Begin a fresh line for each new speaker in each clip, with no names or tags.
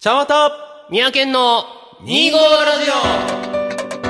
茶わた
宮県の
2
2
号
号
ラ
ラ
ジ
ジ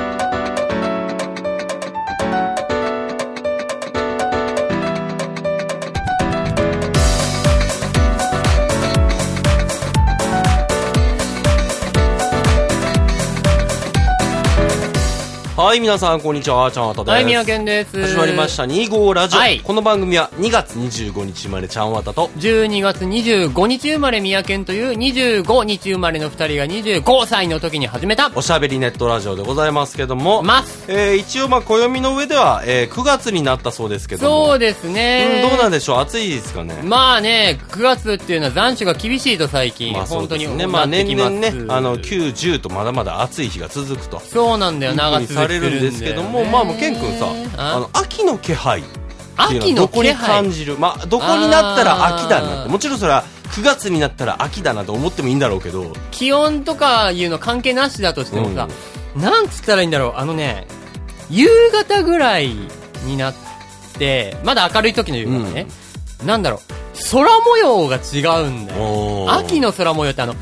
はい、皆さん、こんにちは。茶わた
オ
です。
はい、宮県です。
始まりました、2号ラジオ。
はい
この番組は2月25日生までちゃんわたと、
12月25日生まれ宮県という25日生まれの2人が25歳の時に始めた、
おしゃべりネットラジオでございますけども、
ます。
えー一応、まあ、暦の上では、えー9月になったそうですけども、
そうですね、
うんどうなんでしょう暑いですかね。
まあね、9月っていうのは残暑が厳しいと最近、
まあ、
本当に
そう
思
で
っ
すね。まあ、
て
年
きま
々
す。
ね、あの、9、10とまだまだ暑い日が続くと。
そうなんだよ、長続き
されるんですけども、まあ、もう、ケン君さ、あの、秋の気配。っていうのは
秋
ど
の
こ
気
に
配
感じるまあどこになったら秋だなっ
あ
て
ー
もちろんそれは9月になったら秋だなと思ってもいいんだろうけど
気温とかいうの関係なしだとしてもさ、なんつったらいいんだろう、あのね、夕方ぐらいになって、まだ明るい時の夕方ね、なんだろう、空模様が違うんだよ。
おー
秋の空模様ってあの、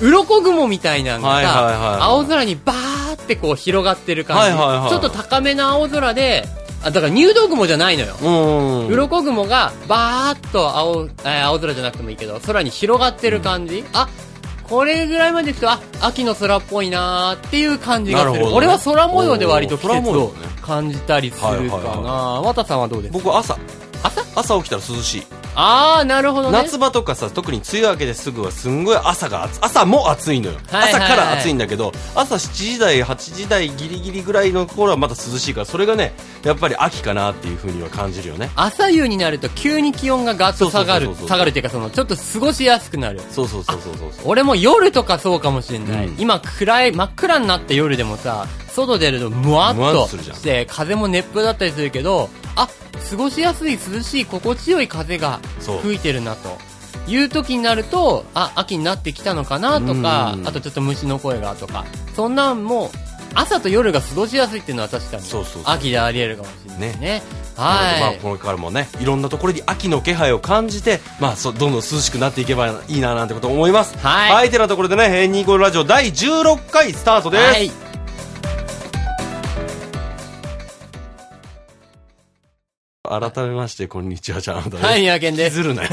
鱗雲みたいなのが
はいはいはいはい
さ、青空にバーってこう広がってる
は
感
い
じ。
はいはい
ちょっと高めの青空で、あ、だから入道雲じゃないのよ。
うん
鱗雲がバーッと青,、えー青空じゃなくてもいいけど空に広がってる感じ、あこれぐらいまでいくとあ秋の空っぽいなーっていう感じがす
な
る
るほどね
俺は空模様で割と季
おー
節
空模様
を
ね
感じたりするかな、
はいはいは
綿さんはどうですか
僕は朝
朝
朝起きたら涼しい
ああなるほどね
夏場とかさ特に梅雨明けですぐはすんごい朝が暑朝も暑いのよ、
はいはいはい
朝から暑いんだけど朝7時台8時台ギリギリぐらいの頃はまだ涼しいからそれがねやっぱり秋かなっていうふうには感じるよね
朝夕になると急に気温がガッと下が
そう
る
そうそうそう
下がるっていうかそのちょっと過ごしやすくなる
そうそうそうそうそうそう
俺も夜とかそうかもしれない、
うん
今暗い真っ暗になった夜でもさ外出るとムワっ
ムワっ
と
とするじゃん
して風も熱風だったりするけどあ過ごしやすい涼しい心地よい風が
そう
吹いてるなという時になるとあ秋になってきたのかなとか
うん
あとちょっと虫の声がとかそんなんも朝と夜が過ごしやすいっていうのは確かに
そうそうそう
秋でありえるかもしれないねはい、
なのでまあ、これからもねいろんなところに秋の気配を感じて、まあ、そうどんどん涼しくなっていけばいいななんてことを思います
はい
てなところでね「ニーゴラジオ」第16回スタートです、
はい
改めましてこんにちはちゃんと
はい、宮健
引
で
き
す
ずるなよ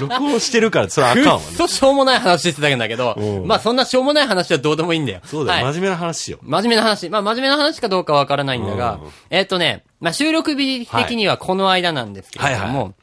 録音してるからそれあかんわね
くっそしょうもない話してたんだけど
う、ん
まあそんなしょうもない話はどうでもいいんだよ。
そうだよ、
はい
真面目な話しよう
真面目な話。まあ真面目な話かどうかわからないんだ
う
が
んうん、
えっとね、まあ収録日的にはこの間なんですけれど
はいは
も、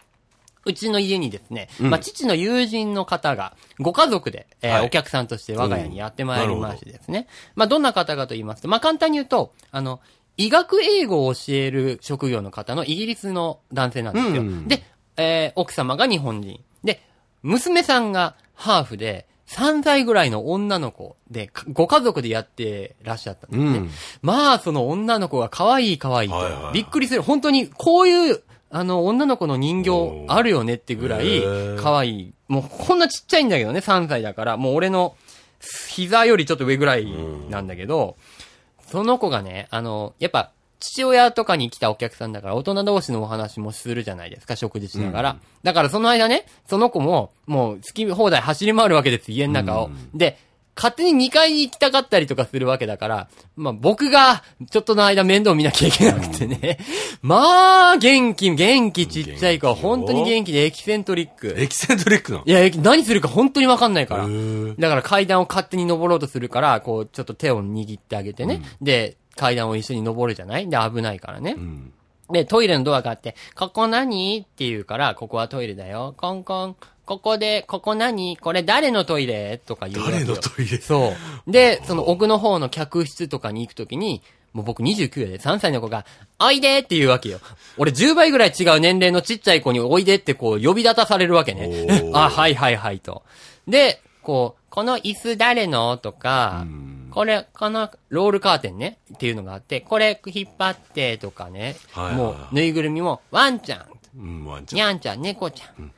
うちの家にですね、
うん
まあ父の友人の方が、ご家族で、えー
はい
お客さんとして我が家にやってまいりましてですね、まあどんな方かと言いますと、まあ簡単に言うと、あの、医学英語を教える職業の方のイギリスの男性なんですよ。
うん
で、えー奥様が日本人。で、娘さんがハーフで、3歳ぐらいの女の子で、かご家族でやってらっしゃったんですね。
うん
まあ、その女の子が可愛い可愛いと、
はいはい
びっくりする。本当に、こういう、あの、女の子の人
お
形
ー
あるよねってぐらい
へー、
可愛い。もう、こんなちっちゃいんだけどね、3歳だから、もう俺の膝よりちょっと上ぐらいなんだけど、その子がね、あの、やっぱ、父親とかに来たお客さんだから、大人同士のお話もするじゃないですか、食事しながら。だからその間ね、その子も、もう好き放題走り回るわけです、家の中を。で、勝手に2階に行きたかったりとかするわけだから、まあ僕が、ちょっとの間面倒見なきゃいけなくてね。 まあ、元気、元気ちっちゃい子は本当に元気でエキセントリック。
エキセントリックなの
いや、え何するか本当にわかんないから
へー。
だから階段を勝手に登ろうとするから、こう、ちょっと手を握ってあげてね。で、階段を一緒に登るじゃないで、危ないからね
う。ん
で、トイレのドアがあって、ここ何って言うから、ここはトイレだよ。コンコン。ここで、ここ何これ誰のトイレとか言うわけよ。
誰のトイレ
そう。で、その奥の方の客室とかに行くときに、もう僕29やで、3歳の子が、おいでって言うわけよ。俺10倍ぐらい違う年齢のちっちゃい子においでってこう呼び立たされるわけ
お
ね
ー。
あ、はいはいはいと。で、こう、この椅子誰のとか、これ、このロールカーテンねっていうのがあって、これ引っ張ってとかね。
はいはいはい
もう、ぬいぐるみも、ワンちゃん
うんワンち
に
ゃん
ゃんちゃん、猫ちゃん。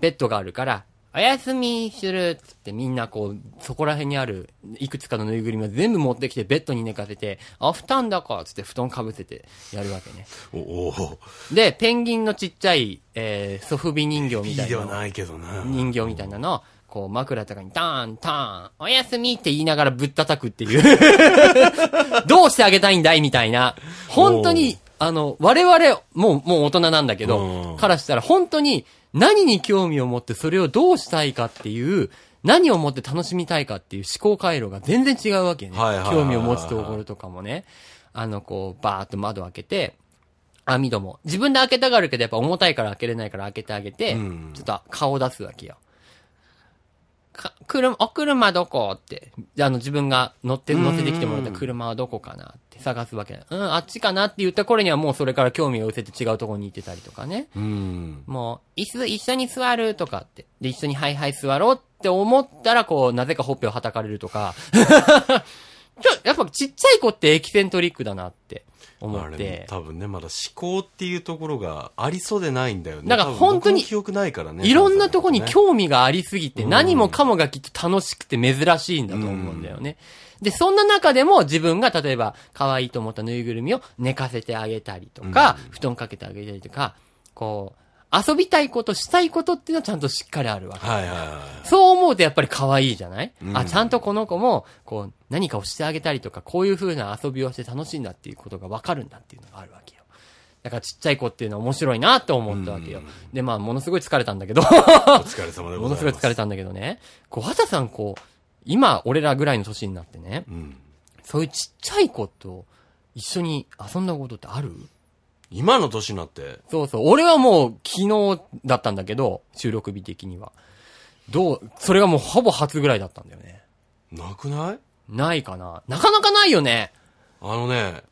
ベッドがあるから、おやすみするっつってみんなこう、そこら辺にある、いくつかのぬいぐるみを全部持ってきてベッドに寝かせて、あ、布団だかっつって布団かぶせてやるわけね。
おおー
で、ペンギンのちっちゃい、えー、ソフビ人形み
い
た
い
い
で
な
は
の。
ないけどな
人形みたいなのを、こう枕とかにターン、ターン、おやすみって言いながらぶったたくっ ていう。どうしてあげたいんだいみたいな。本当に、あの、我々、もう、もう大人なんだけ
うん
ど、からしたら本当に何に興味を持ってそれをどうしたいかっていう、何を持って楽しみたいかっていう思考回路が全然違うわけね。
はいはいはいはい
興味を持つところとかもね。あの、こう、バーっと窓開けて、網戸も。自分で開けたがるけど、やっぱ重たいから開けれないから開けてあげて、
うん
ちょっと顔出すわけよ。か、車、お車どこって。であの、自分が乗って、乗せてきてもらった車はどこかなって探すわけだ。うん、あっちかなって言った頃にはもうそれから興味を寄せて違うところに行ってたりとかね。
うん。
もう、椅子一緒に座るとかって。で、一緒にハイハイ座ろうって思ったら、こう、なぜかほっぺをはたかれる とか。ちょ、やっぱちっちゃい子ってエキセントリックだなって思
あ
っ
れ
て。
多分ね、まだ思考っていうところがありそうでないんだよね。
なんか
多分
本当に
僕も記憶ないからね。
いろんなとこに
日
興味がありすぎて、
うん
何もかもがきっと楽しくて珍しいんだと思うんだよね。で、そんな中でも自分が例えば可愛いと思ったぬいぐるみを寝かせてあげたりとか、布団かけてあげたりとか、こう、遊びたいこと、したいことっていうのはちゃんとしっかりあるわけ。
はいはいはい。
そう思うとやっぱり可愛いじゃない、
うん
あ、ちゃんとこの子も、こう、何かをしてあげたりとか、こういう風な遊びをして楽しいんだっていうことがわかるんだっていうのがあるわけよ。だからちっちゃい子っていうのは面白いなと思ったわけよ。
うん
で、まあ、ものすごい疲れたんだけど、
お疲れ様でご
も
ざい
の
ます
すごい疲れたんだけどね。こう、畑さんこう、今、俺らぐらいの年になってね、
うん。
そういうちっちゃい子と一緒に遊んだことってある
今の年になって、
そうそう。俺はもう昨日だったんだけど、収録日的には。どう、それがもうほぼ初ぐらいだったんだよね。
なくない
ないかななかなかないよね。
あのね、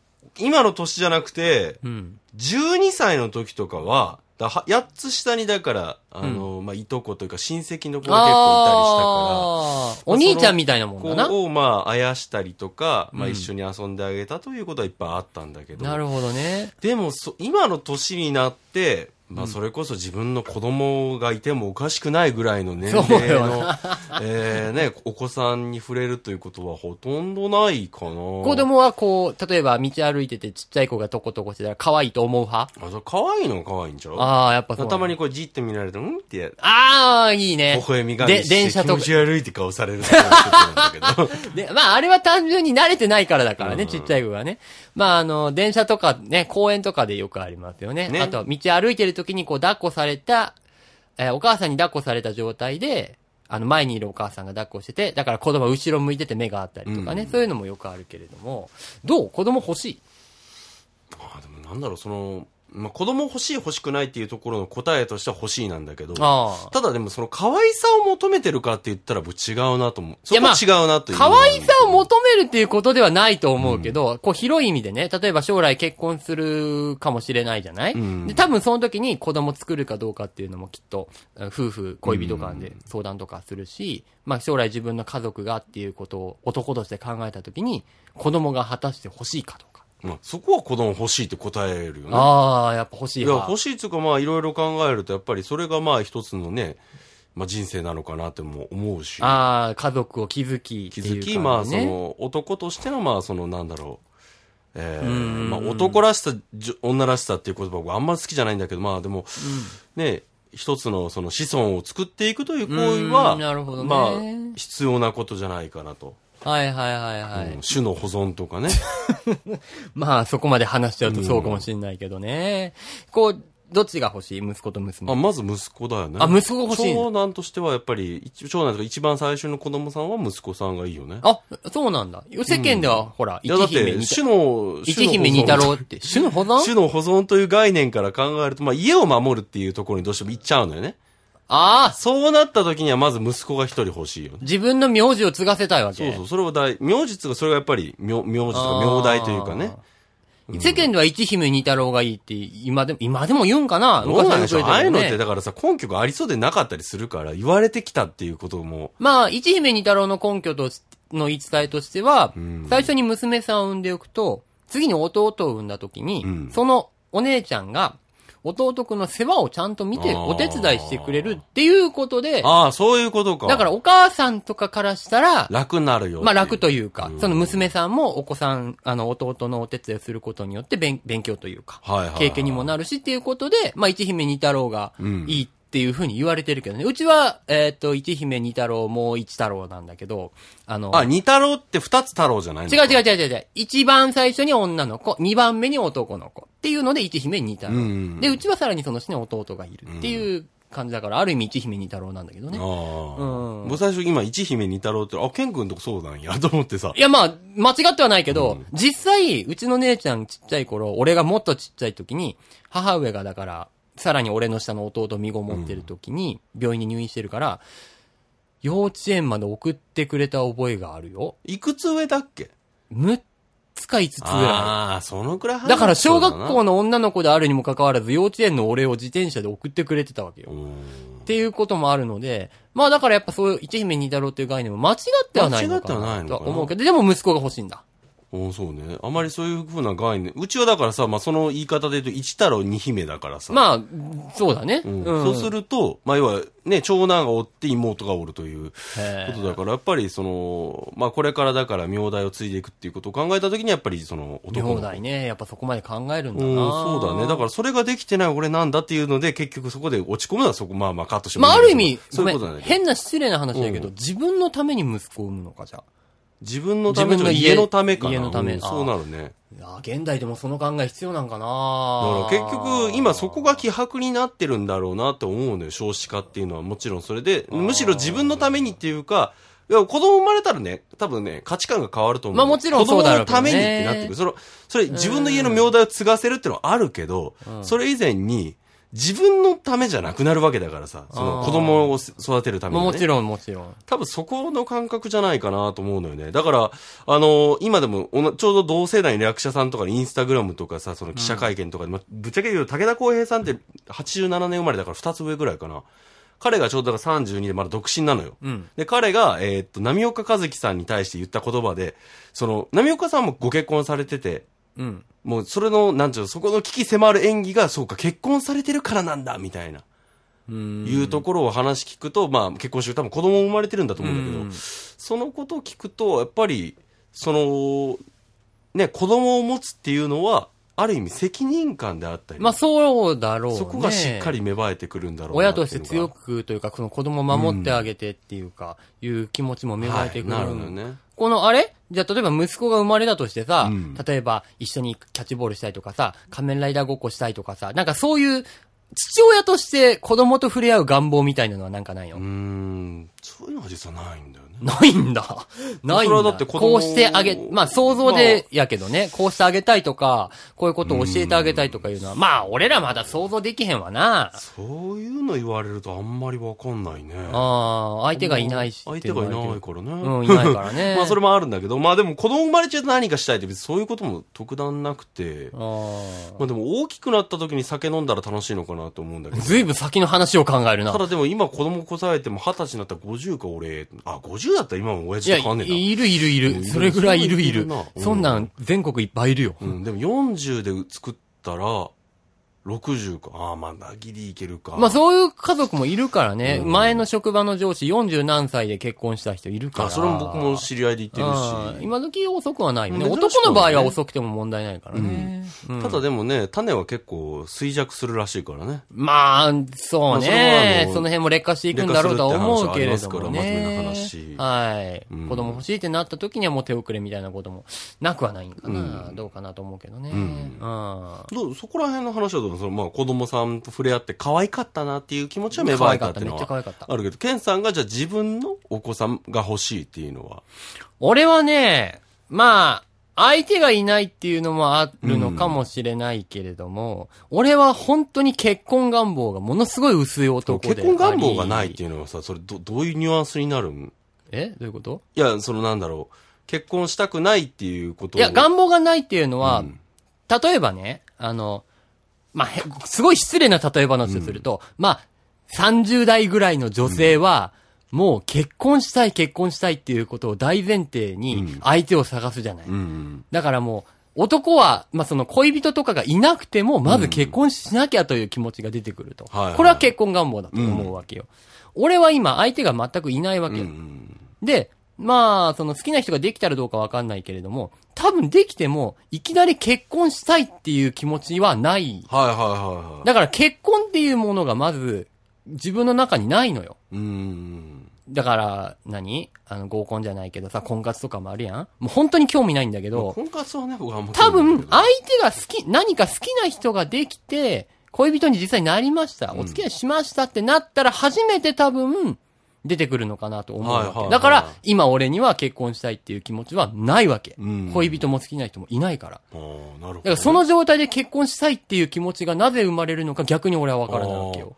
今の年じゃなくて、
うん。
12歳の時とかは、だは8つ下にだから、あの、まあ、いとこというか親戚の子が結構
あーお兄ちゃんみたいなも
い
ん
たり
だ
したから、
な。
子をまあ、あやしたりとか、まあ、
うん
一緒に遊んであげたということはいっぱいあったんだけど。
なるほどね。
でもそ、今の年になって、まあ、それこそ自分の子供がいてもおかしくないぐらいの年
そう
齢
よ
の、 えーね、お子さんに触れるということはほとんどないかな。
子供はこう、例えば道歩いててちっちゃい子がとことこしてたら可愛いと思う派
あ、そう、可愛いのは可愛いんちゃう
ああ、やっぱそうなんだ。
たまにこうじって見られて、んって、
ああ、いいね
微。笑みが
で、電車と
気持
か。
ち悪いって顔されるとこがちょっとなんだけど。
で、まあ、あれは単純に慣れてないからだか
う
ら
んう
ね、
ん
ちっちゃい子がね。まあ、あの、電車とかね、公園とかでよくありますよね。
ね
あと、道歩いてる時にこう、抱っこされた、えーお母さんに抱っこされた状態で、あの、前にいるお母さんが抱っこしてて、だから子供は後ろ向いてて目があったりとかね、
うん
そういうのもよくあるけれども、どう子供欲しい
あーでもなんだろう、その、まあ、子供欲しい欲しくないっていうところの答えとしては欲しいなんだけど、
ああ。
ただでもその可愛さを求めてるかって言ったら僕違うなと思う。そ
いや
こ
まあ
違うなという。
可愛さを求めるっていうことではないと思うけど、こう広い意味でね、例えば将来結婚するかもしれないじゃない、
うん
で、多分その時に子供作るかどうかっていうのもきっと、あ夫婦、恋人間で相談とかするし、まあ将来自分の家族がっていうことを男として考えた時に、子供が果たして欲しいかどうか。
まあ、そこは子供欲しいって答えるよね。
ああ、やっぱ欲しい
いや、
わ。
欲しいっていうかまあいろいろ考えるとやっぱりそれがまあ一つのね、まあ人生なのかなっても思うし。
ああ、家族を築きって
気
い
づ
う感じ、ね。
き、まあその男としてのまあそのなんだろう、えー
うん
まあ、男らしさじょ女らしさっていう言葉僕あんま好きじゃないんだけどまあでも、ね一つのその子孫を作っていくという行為は
うんなるほどね
まあ必要なことじゃないかなと、
はいはいはいはい。
うん種の保存と かね
まあ、そこまで話しちゃうとそうかもしれないけどね。こう、どっちが欲しい息子と娘。
まあまず息子だよね
あ息子が欲しい
長男としてはやっぱり一長男とか一番最初の子供さんは息子さんがいいよね
あ、そうなんだ。世間では、ほら、
いやだ
一
って
姫
種
二
の
太
種の
一姫二太郎って、種の保存
種の保存という概念から考えると、まあ、家を守るっていうところにどうしても行っちゃうのよね。
ああ、
そうなった時にはまず息子が一人欲しいよね。
自分の名字を継がせたいわけ。
そうそう、それは大、名実が、それがやっぱり、名、名字とか、
あー
名代というかね。
世間では一姫二太郎がいいって、今でも、今でも言うんかな
どうなんでしょう、ああ
昔
いう
の
のっ
人々
て、
ね
だからさ、根拠がありそうでなかったりするから、言われてきたっていうことも、
まあ、一姫二太郎の根拠とし、の言い伝えとしては、
ん
最初に娘さんを産んでおくと、次に弟を産んだ時に、
うん
そのお姉ちゃんが、弟くんの世話をちゃんと見
あ
て、
ー
お手伝いしてくれるっていうことで、
ああ、そういうことか。
だから、お母さんとかからしたら、
楽になるよ。
まあ楽というか
うん、
その娘さんもお子さん、あの弟のお手伝いをすることによって勉勉強というか、
はいはいはい
経験にもなるしっていうことで、まあ一姫二太郎が
うん
いいっっていうふうに言われてるけどね。うちは、えっ、と、一姫、二太郎、もう一太郎なんだけど、あの、
あ、二太郎って二つ太郎じゃないの
違う違う違う違う違う。一番最初に女の子、二番目に男の子っていうので、一姫二太郎、
うんうん
で、うちはさらにその下に弟がいるっていう感じだから、ある意味一姫二太郎なんだけどね。
ああ。
うん
僕最初今、一姫二太郎って、あ、ケン君とこそうなんや、と思ってさ
い。や、まあ、間違ってはないけど、実際、うちの姉ちゃんちっちゃい頃、俺がもっとちっちゃい時に、母上がだから、さらに俺の下の弟身ごもってる時に、病院に入院してるから、幼稚園まで送ってくれた覚えがあるよ。
いくつ上だっけ
6つか5つぐらい。
ああ、そのくらい離れ
だ
て
から小学
そう
校の女の子であるにもかかわらず、幼稚園の俺を自転車で送ってくれてたわけよ。
だ
っ
な。
ていうこともあるので、まあだからやっぱそういう一姫二太郎っていう概念も間違ってはないのか
間違ってはない
な
の
と
かな
は思うけど、でも息子が欲しいん
う
だ。
ん。おそうね。あまりそういう風な概念。うちはだからさ、まあ、その言い方で言うと、一太郎二姫だからさ。
まあ、そうだね。
うん
うん
そうすると、まあ、要はね、長男がおって妹がおるという
へ
こ
ー
とだから、やっぱりその、まあ、これからだから名代を継いでいくっていうことを考えたときに、やっぱりその
日
男の
本
子
代ね、やっぱそこまで考えるんだ
う
な。
ん、そうだね。だからそれができてない俺なんだっていうので、結局そこで落ち込むのはそこ、まあまあカットしても
まあ、ある意味、
そ
ご
うい
め
うことなん
ん、
だけど。
変な失礼な話だけど、
うん
自分のために息子を産むのか、じゃあ。
自分のため
自分の
と
家
家のためかな。
家のため
うんそうなるね。
いやー、現代でもその考え必要なんか
だか
な
ら結局、今そこが希薄になってるんだろうなと思うのよ。少子化っていうのはもちろんそれで、むしろ自分のためにっていうか、いや、子供生まれたらね、多分ね、価値観が変わると思う。
まあもちろんそうだろう
子
け
供
ど
のた
ね
めにってなってくる。それ、それ自分の家の名代を継がせるってのはあるけど、それ以前に、自分のためじゃなくなるわけだからさ、その子供を育てるため
まあ
に、ね。
もちろん、もちろん。
多分そこの感覚じゃないかなと思うのよね。だから、あの今でもおな、ちょうど同世代の役者さんとかにインスタグラムとかさ、その記者会見とかで、まあぶっちゃけ言うと武田光平さんって87年生まれだから2つ上ぐらいかな。彼がちょうどだから32でまだ独身なのよ。
うん。
で、彼が、えーっと、波岡和樹さんに対して言った言葉で、その、波岡さんもご結婚されてて、
うん。
もうそれの、なんちゅうの、そこの危機迫る演技が、そうか、結婚されてるからなんだ、みたいな。
うん。
いうところを話聞くと、まあ、結婚してる多分子供も生まれてるんだと思うんだけど、
うん
そのことを聞くとやっぱりそのね子供を持つっていうのはある意味責任感であったり、
まあそうだろうね。
そこがしっかり芽生えてくるんだろうな
親
ってい
と
うのが
して強くというか、その子供を守ってあげてっていうか、いう気持ちも芽生えてくる。
はいなるほどね
このあれじゃあ例えば息子が生まれたとしてさ、
うん
例えば一緒にキャッチボールしたいとかさ、仮面ライダーごっこしたいとかさ、なんかそういう父親として子供と触れ合う願望みたいなのはなんかないの、
うーんそういうのは実はないんだよね
ないんだ。ない
そ
ん
れは
だ。
だって子供
こうしてあげ、まあ想像でやけどね、こうしてあげたいとか、こういうことを教えてあげたいとかいうのは、まあ俺らまだ想像できへんわな。
そういうの言われるとあんまりわかんないね
ああ、相手がいないし。
相手がいないからね、
うん、いないからね
。まあそれもあるんだけどまあでも子供生まれちゃうと何かしたいって別にそういうことも特段なくて
あ
まあでも大きくなった時に酒飲んだら楽しいのかなと思うんだけ
あ。
ど
ずいぶん先の話を考えるな
た。だでも今子供こさえても二十歳になったら50か俺。あ、50だったら今も親
い
父と
や、
変わんねえな。
いるいるい
うん
る。それぐらいいるい
いる
る
な。うん
そんなん全国いっぱいいるよ。
うん、でも40で作ったら、60か。ああ、まあ、ギリいけるか。
まあそういう家族もいるからね。
うん
前の職場の上司40何歳で結婚した人いるから。
あそれも僕も知り合いで言って
うん
るし。
今時遅くはないよね。
珍しくはない
男の場合は遅くても問題ないからね。うん
ただでもね、種は結構衰弱するらしいからね。
まあ、そ
ま
うね。
あそれはあの
その辺も劣化していくんだろうとは思うけれ
劣
どもね。
化するって話
はい、
うん
子供欲しいってなった時にはもう手遅れみたいなこともなくはないんかな。どうかなと思うけどね。
ん
うん
どうそこら辺の話はどうなのそのまあ子供さんと触れ合って可愛かったなっていう気持ちは芽生えたっていうの
可愛かっためっちゃ可愛か
は
った
あるけど、ケンさんがじゃあ自分のお子さんが欲しいっていうのは。
俺はね、まあ、相手がいないっていうのもあるのかもしれないけれども、俺は本当に結婚願望がものすごい薄い男であり。
結婚願望がないっていうのはさ、それどどういうニュアンスになるん
えどういうこと
いや、そのなんだろう。結婚したくないっていうこと
いや、願望がないっていうのは、
うん
例えばね、あの、まあ、へすごい失礼な例え話をすると、まあ、30代ぐらいの女性は、もう結婚したい結婚したいっていうことを大前提に相手を探すじゃない。
うん。
だからもう、男は、まあ、その恋人とかがいなくても、まず結婚しなきゃという気持ちが出てくると。
はいはい
これは結婚願望だと思うわけよ。俺は今相手が全くいないわ
う
け
んう
よ。
ん。
で、まあ、その好きな人ができたらどうかわかんないけれども、多分できても、いきなり結婚したいっていう気持ちはない。
はいはいはいはい。
だから結婚っていうものがまず、自分の中にないのよ。
うん。
だから何、あの、合コンじゃないけどさ、婚活とかもあるやん。もう本当に興味ないんだけど、
婚活はね、僕はあんま
多分、
あ
相手が好き、何か好きな人ができて、恋人に実際なりました、お付き合いしましたってなったら、初めて多分、出てくるのかなと思うわけ。
はいはいはい
だから、今俺には結婚したいっていう気持ちはないわけ。
うん
恋人も好きな人もいないから。
あー、なるほど。
だからその状態で結婚したいっていう気持ちがなぜ生まれるのか逆に俺は分からないわけよ。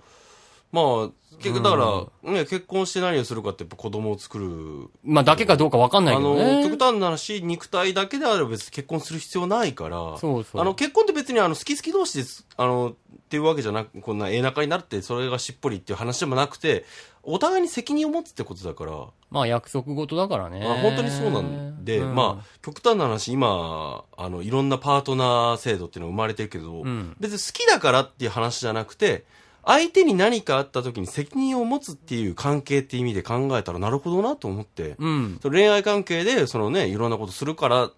まあ、結局だから、ね、結婚して何をするかってやっぱ子供を作る。
まあだけかどうか分かんない
あ
けど
の、
ね。
極端な話、肉体だけであれば別に結婚する必要ないから、
そうそう
あの、結婚って別にあの、好き好き同士です、あの、っていうわけじゃなく、こんなえ仲になって、それがしっぽりっていう話でもなくて、お互いに責任を持つってことだから、
まあ約束事だからね。
まあ、本当にそうなんで、ま
あ。
あ、極端な話、今、あの、いろんなパートナー制度っていうのが生まれてるけど、
うん
別に好きだからっていう話じゃなくて、相手に何かあった時に責任を持つっていう関係っていう意味で考えたらなるほどなと思って、
うん。
その恋愛関係で、そのね、いろんなことするから、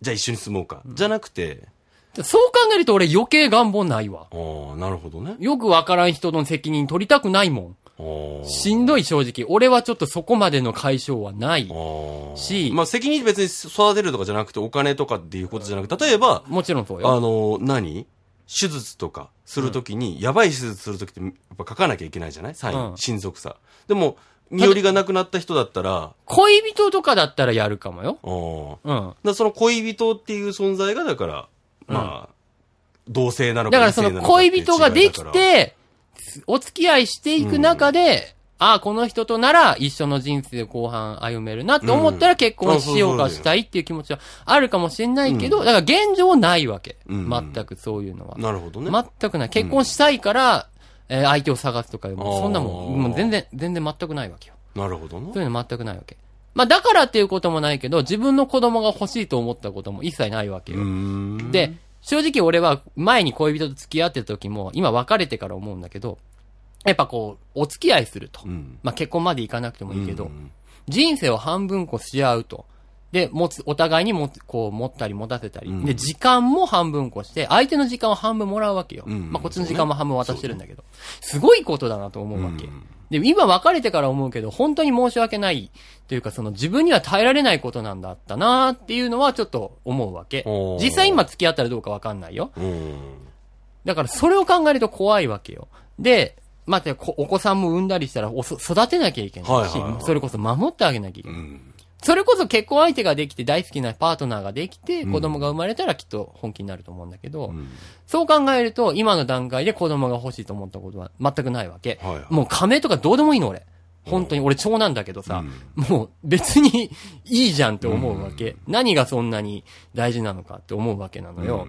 じゃあ一緒に住もうか、じゃなくて、
そう考えると俺余計願望ないわ。
ああ、なるほどね。
よく分からん人の責任取りたくないもん。
あー
しんどい正直。俺はちょっとそこまでの解消はない
あ。ー
し
まあ責任別に育てるとかじゃなくて、お金とかっていうことじゃなくて、例えば、
もちろんそうよ。
あの、何手術とかするときに、やばい手術するときって、やっぱ書かなきゃいけないじゃないサイン、
うん
親族さ。でも、身寄りがなくなった人だったら、
恋人とかだったらやるかもよ。
うん。
うん。
だその恋人っていう存在が、だから、まあ、同性なのか
だからその恋人ができ、て、お付き合いしていく中で、ああ、この人となら一緒の人生で後半歩めるなって思ったら結婚しよう
あそうそ
か
うそう
したいっていう気持ちはあるかもしれないけど、だから現状ないわけ。
うん
全くそういうのは。
なるほどね。
全くない。結婚したいから、えー相手を探すとか、もうそんなも
あー
ん、もう全然、全然全くないわけよ。
なるほど
そ
ね。
ういうの全くないわけ。まあだからっていうこともないけど、自分の子供が欲しいと思ったことも一切ないわけ
う
よ。
ーん。
で、正直俺は前に恋人と付き合ってた時も、今別れてから思うんだけど、やっぱこう、お付き合いすると。
うん、
まあ結婚までいかなくてもいいけど、
うん
人生を半分こうし合うと。で、持つ、お互いに持つ、こう持ったり持たせたり。
うん
で、時間も半分こして、相手の時間を半分もらうわけよ。
うん
まあこっちの時間も半分渡してるんだけど。すごいことだなと思うわけ。で、今別れてから思うけど、本当に申し訳ない。というか、その自分には耐えられないことなんだったなっていうのはちょっと思うわけ
お。ー
実際今付き合ったらどうかわかんないよ。
うん。
だからそれを考えると怖いわけよ。で、まあ、てこお子さんも産んだりしたらおそ育てなきゃいけないし、
はいはいはい
それこそ守ってあげなきゃいけ
う
ない。
ん。
それこそ結婚相手ができて大好きなパートナーができて、子供が生まれたらきっと本気になると思うんだけど、
うん
そう考えると今の段階で子供が欲しいと思ったことは全くないわけ。
はいはい
もう仮名とかどうでもいいの俺。本当に俺長男だけどさ、もう別にいいじゃんって思うわけ、何がそんなに大事なのかって思うわけなのよ。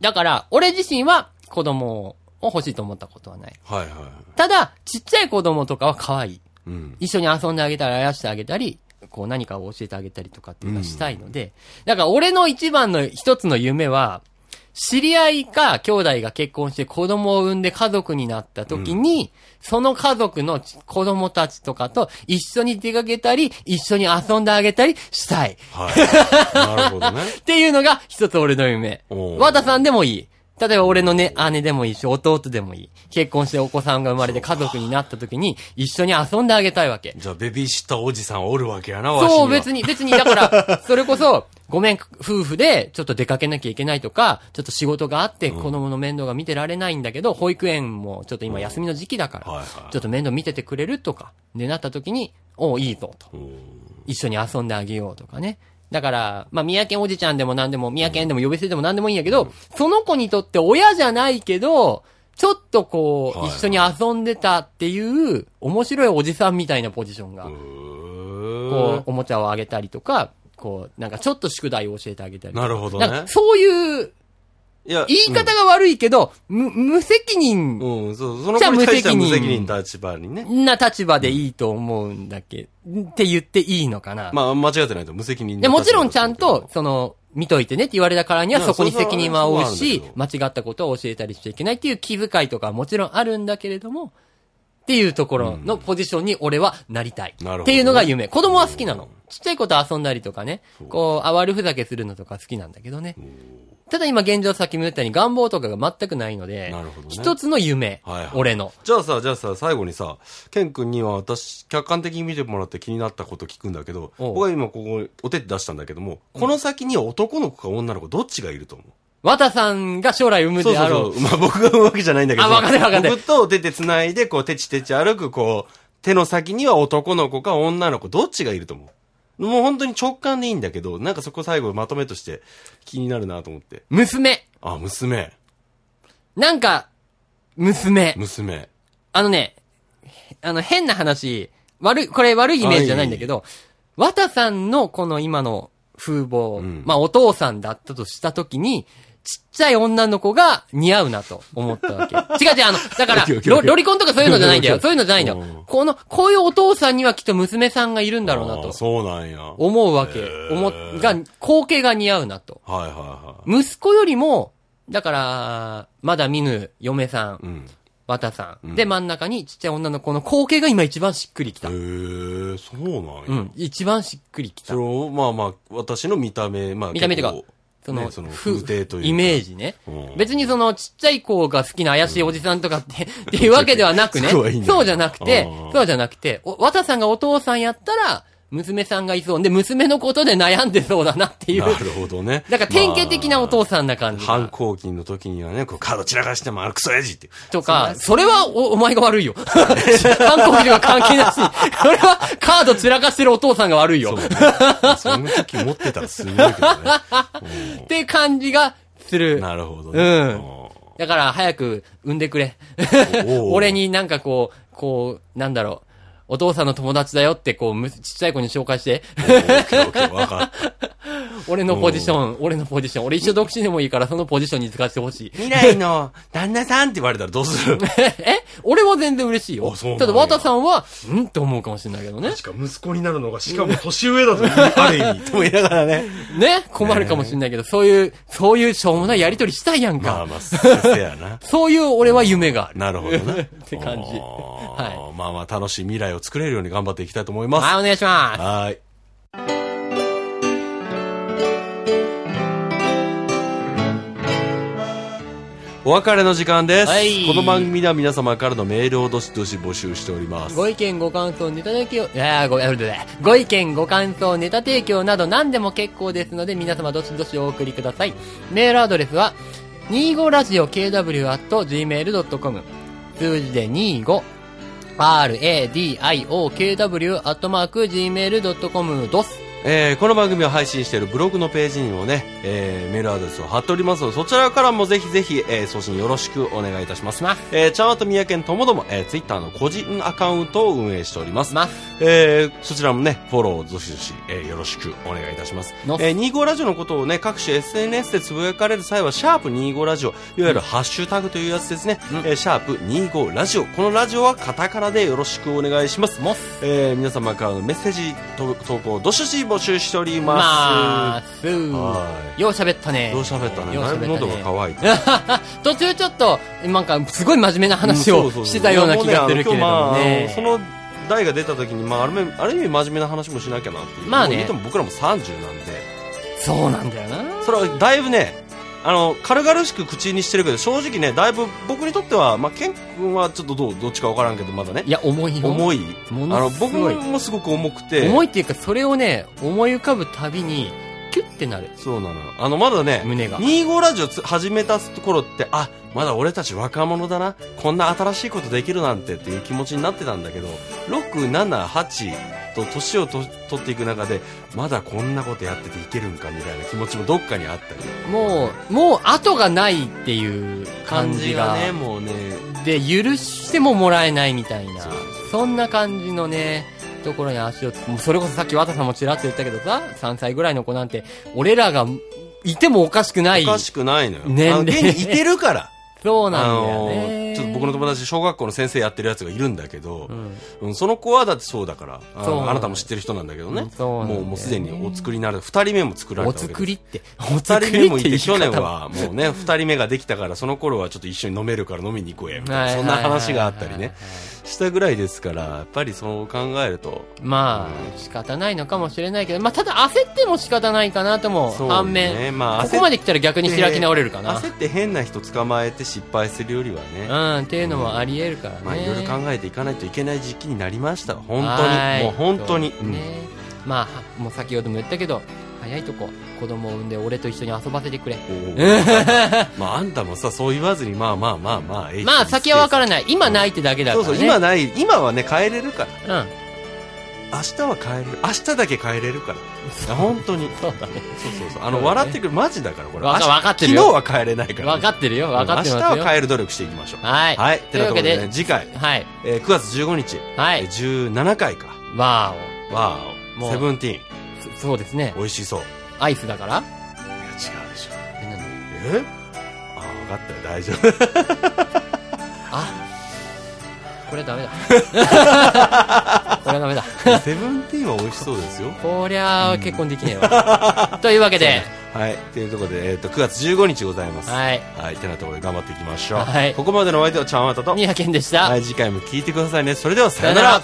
だから、俺自身は子供を欲しいと思ったことはない。
はいは
ただ、ちっちゃい子供とかは可愛い。
い。うん。
一緒に遊んであげたり、あやしてあげたり、こう何かを教えてあげたりとかっていうのはしたいので、だから俺の一番の一つの夢は、知り合いか兄弟が結婚して子供を産んで家族になった時に、その家族の子供たちとかと一緒に出かけたり、一緒に遊んであげたりしたい。
はい。 なるほどね。
っていうのが一つ俺の夢。
おー
和田さんでもいい。例えば俺のね、姉でもいいし、弟でもいい。結婚してお子さんが生まれて家族になった時に一緒に遊んであげたいわけ。
じゃあ、ベビーシッターおじさんおるわけやな、わしには。
そう、別に、別に、だから、 それこそ、ごめん、夫婦で、ちょっと出かけなきゃいけないとか、ちょっと仕事があって、子供の面倒が見てられないんだけど、保育園もちょっと今休みの時期だから、
はいはい
ちょっと面倒見ててくれるとか、でなった時に、おういいぞ、と。
うん。
一緒に遊んであげようとかね。だから、まあ、宮県おじちゃんでも何でも、宮県でも呼び捨てでも何でもいいんやけど、その子にとって親じゃないけど、ちょっとこう、
はい
一緒に遊んでたっていう、面白いおじさんみたいなポジションが、こ
こ
う、おもちゃをあげたりとか、こう、なんかちょっと宿題を教えてあげたりと
な
か
るほど
なん
ね
か。そういう、
いや
言い方が悪いけど、む、無責任
うん、うんそう、その子に対しては
じゃあ無責任
無責任立場にね。
な立場でいいと思うんだけ、って言っていいのかな。
まあ、間違ってないと無責任
で、
な立場
もちろんちゃんと、その、見といてねって言われたからにはい
や
そこに責任は負う
そ
し
れは、
間違ったことを教えたりしちゃいけないっていう気遣いとかはもちろんあるんだけれども、っていうところのポジションに俺はなりたい。
なるほどね
っていうのが夢。子供は好きなの。ちっちゃい子と遊んだりとかね、こう、あわるふざけするのとか好きなんだけどね。ただ今現状さっきも言ったように願望とかが全くないので
なるほど、ね
一つの夢
はいはい、
俺の。
じゃあさ、じゃあさ、最後にさ、ケン君には私、客観的に見てもらって気になったこと聞くんだけど、
おう
僕は今ここ、お手手出したんだけども、この先には男の子か女の子どっちがいると思う
和田さんが将来産む
そう
で
そ
あ
う
ろう。
そう。まあ僕が産むわけじゃないんだけど。
あわかんないわかんない
僕と手で繋いで、こう、てちてち歩く、こう、手の先には男の子か女の子、どっちがいると思うもう本当に直感でいいんだけど、なんかそこ最後まとめとして気になるなと思って。
娘。
あ、娘。
なんか、娘。
娘。
あのね、あの、変な話、悪い、これ悪いイメージじゃないんだけど、和田さんのこの今の風貌、
うん
まあお父さんだったとしたときに、ちっちゃい女の子が似合うなと思っ たわけ。違う違う、あの、だから
OKOKOK
ロ、ロリコンとかそういうのじゃないんだ よ。
OKOKOK
そういうのじゃないんだ
うん
よ。この、こういうお父さんにはきっと娘さんがいるんだろうな
あー
と
そうなんや。はい
思うわけ。
ー
思っ、が、光景が似合うなと。
はいはい。
息子よりも、だから、まだ見ぬ嫁さん
う、ん。
わたさん。
ん
で、真ん中にちっちゃい女の子の光景が今一番しっくりき
へ
た。
え、そうなんや。
うん。一番しっくりき
そ
た
れ。を、まあまあ、私の見た目、まあ、
見た目というか
結構
その、
ねその
ふ
風景というか
イメージね
うん。
別にその、ちっちゃい子が好きな怪しいおじさんとか って、っていうわけではなくね。
そこはいいんだ
そうじゃなくて
あー、
そうじゃなくて、おわたさんがお父さんやったら、娘さんがいそう。で、娘のことで悩んでそうだなっていう。
なるほど ね。
なんか典型的なお
ま
父さんな感
あ
じが。
反抗期の時にはね、こうカード散らかしても、あクソやじって。
とか、それはお、お前が悪いよ。 反抗期とか関係なし。それは、カード散らかしてるお父さんが悪いよ。
その時持ってたらすごいけどね。
って感じがする。
なるほど
う
ね
ん。だから、早く産んでくれ。
おー
俺になんかこう、こう、なんだろう。お父さんの友達だよって、こうむ、ちっちゃい子に紹介して。
うん。わかった。
俺のポジション、俺のポジション。俺一緒独身でもいいから、そのポジションに使ってほし い。
未来の旦那さんって言われたらどうす る
え俺は全然嬉しいよ
あそうなん。や
ただ、ワタさんは、んって思うかもしれないけどね。
確か息子になるのが、しかも年上だ ぞ、ある意味。とも言いながらね。
ね困るかもしれないけど、そういう、そういうしょうもないやりとりしたいやん か。
まあまあ、せやな。
そういう俺は夢があ る。
なるほど な。って
感じは
まあまあ、楽しい未来を作れるように頑張っていきたいと思います。
はい、お願いします。
はい。お別れの時間です、
はい
この番組では皆様からのメールをどしどし募集しております。
ご意見、ご感想、ネタ提供、いやーご、あれご意見、ご感想、ネタ提供など何でも結構ですので、皆様どしどしお送りください。メールアドレスは、25radiokw.gmail.com 数字で 25radiokw.gmail.com どす。
えーこの番組を配信しているブログのページにもね、えーメールアドレスを貼っておりますので、そちらからもぜひぜひ、えー送信よろしくお願いいたします。
します
えー、ちゃんわと宮県ともども、えー、ツイッターの個人アカウントを運営しております。
ます。
えーそちらもね、フォローどしどし、えーよろしくお願いいたします。
の
えー、25ラジオのことをね、各種 SNS でつぶやかれる際は、シャープ25ラジオ、いわゆるハッシュタグというやつですね、
うん
えーシャープ25ラジオ、このラジオはカタカナでよろしくお願いします。
もす。
えー皆様からのメッセージ、と投稿、どしどし募集しておりま。
ますす。
は
よう喋ったね。
よう喋ったね。
よう
だいぶ
喋った
喉
ね。
が渇いて。
途中ちょっと、なんか、すごい真面目な話
うん
を
そうそうそう
してたような気がするけれども
いやもうね
ね。
あの今日まああのその題が出た時に、まあ、ある意味ある意味真面目な話もしなきゃなっていう。
まあ
も
ね
う言っても僕らも30なんで。
そうなんだよな。
それはだいぶねあの軽々しく口にしてるけど正直ねだいぶ僕にとっては、まあ、ケン君はちょっとどうどっちか分からんけどまだね
いや、重いよ。
重いあ
も
の
のす
僕
ごい。
もすごく重くて
重いっていうか、それをね、思い浮かぶたびに、キュッてなる。
そうなのよあのまだね
胸が
25ラジオつ始めた頃ってあまだ俺たち若者だなこんな新しいことできるなんてっていう気持ちになってたんだけど678と年をと取っていく中でまだこんなことやってていけるんかみたいな気持ちもどっかにあったり
もう、もう後がないっていう感じが。
ねもうね
で、許してももらえないみたいな
そう。
そんな感じのね、ところに足をつ、もうそれこそさっき和田さんもちらっと言ったけどさ、3歳ぐらいの子なんて、俺らが、いてもおかしくない。
おかしくないのよ。
年齢
あの現にいてるから。
そう
あ
なんだよ
の
ね。
ちょっと僕の友達、小学校の先生やってるやつがいるんだけど
う、ん
うんその子はだってそうだから、あ
そ
の
うなんだよ
あなたも知ってる人なんだけどね。
そうなんだ
も
よ
う
ね
もうすでにお作りになる。二人目も作られ
お
たわけです。
作りって、お
二
作
人目
り
も
っ
い
て
て、
言い
去年
方も。
はもうね、二人目ができたから、その頃はちょっと一緒に飲めるから飲みに行こうや、みたいな。そんな話があったりね。。したぐらいですから、やっぱりそう考えると、
まあ、仕方ないのかもしれないけど、まあ、ただ焦っても仕方ないかなとも、
そうね
反面、
まあ
ここまで来たら逆に開き直れるかな。
焦って変な人捕まえて失敗するよりはね、
うん、っていうのもあり得るからね。
まあ、いろいろ考えていかないといけない時期になりました本当
は
に
い
もう本当に、
そうねまあは、もう先ほども言ったけど、早いとこ、子供を産んで俺と一緒に遊ばせ てくれ。
うんお ーまああんたもさそう言わずにまあまあまあまあえい
まあ、先は分からない。今ないってだけだか
そう
らね。
そう今ない今はね帰れるから
うん。
明日は帰れる明日だけ帰れるからいや本当に
そうだね。
そうそうそうあの
そうだね
笑ってくるマジだからこれ
わか
明日
わかってるよ
昨日は帰れないから、
分かってるよ、分かってますよ。
明日は帰る努力していきましょう
はい。
はい、って
という
なと
わ
こ
け
ろで、
で
ね、、次回、
はい。
えー9月15日、
は
えー
い。
17回か
わ
わー
も
お
う
セブンティーン
ーお。そそうですね。
美味しそうい
アイスだから
や違うでしょ
え何
えあ分かったよ大丈 夫
あ、これ ダメだ。これはダメだ。
セブンティーンは美味しそうですよ
こりゃあ結婚できねえわ。というわけで、
はいというところで、えー、と9月15日ございます
はい。
はいてなところで頑張っていきましょう、
はい
ここまでのお相手はちゃんわたと
宮健でした。
はい次回も聞いてくださいねそれではさよなら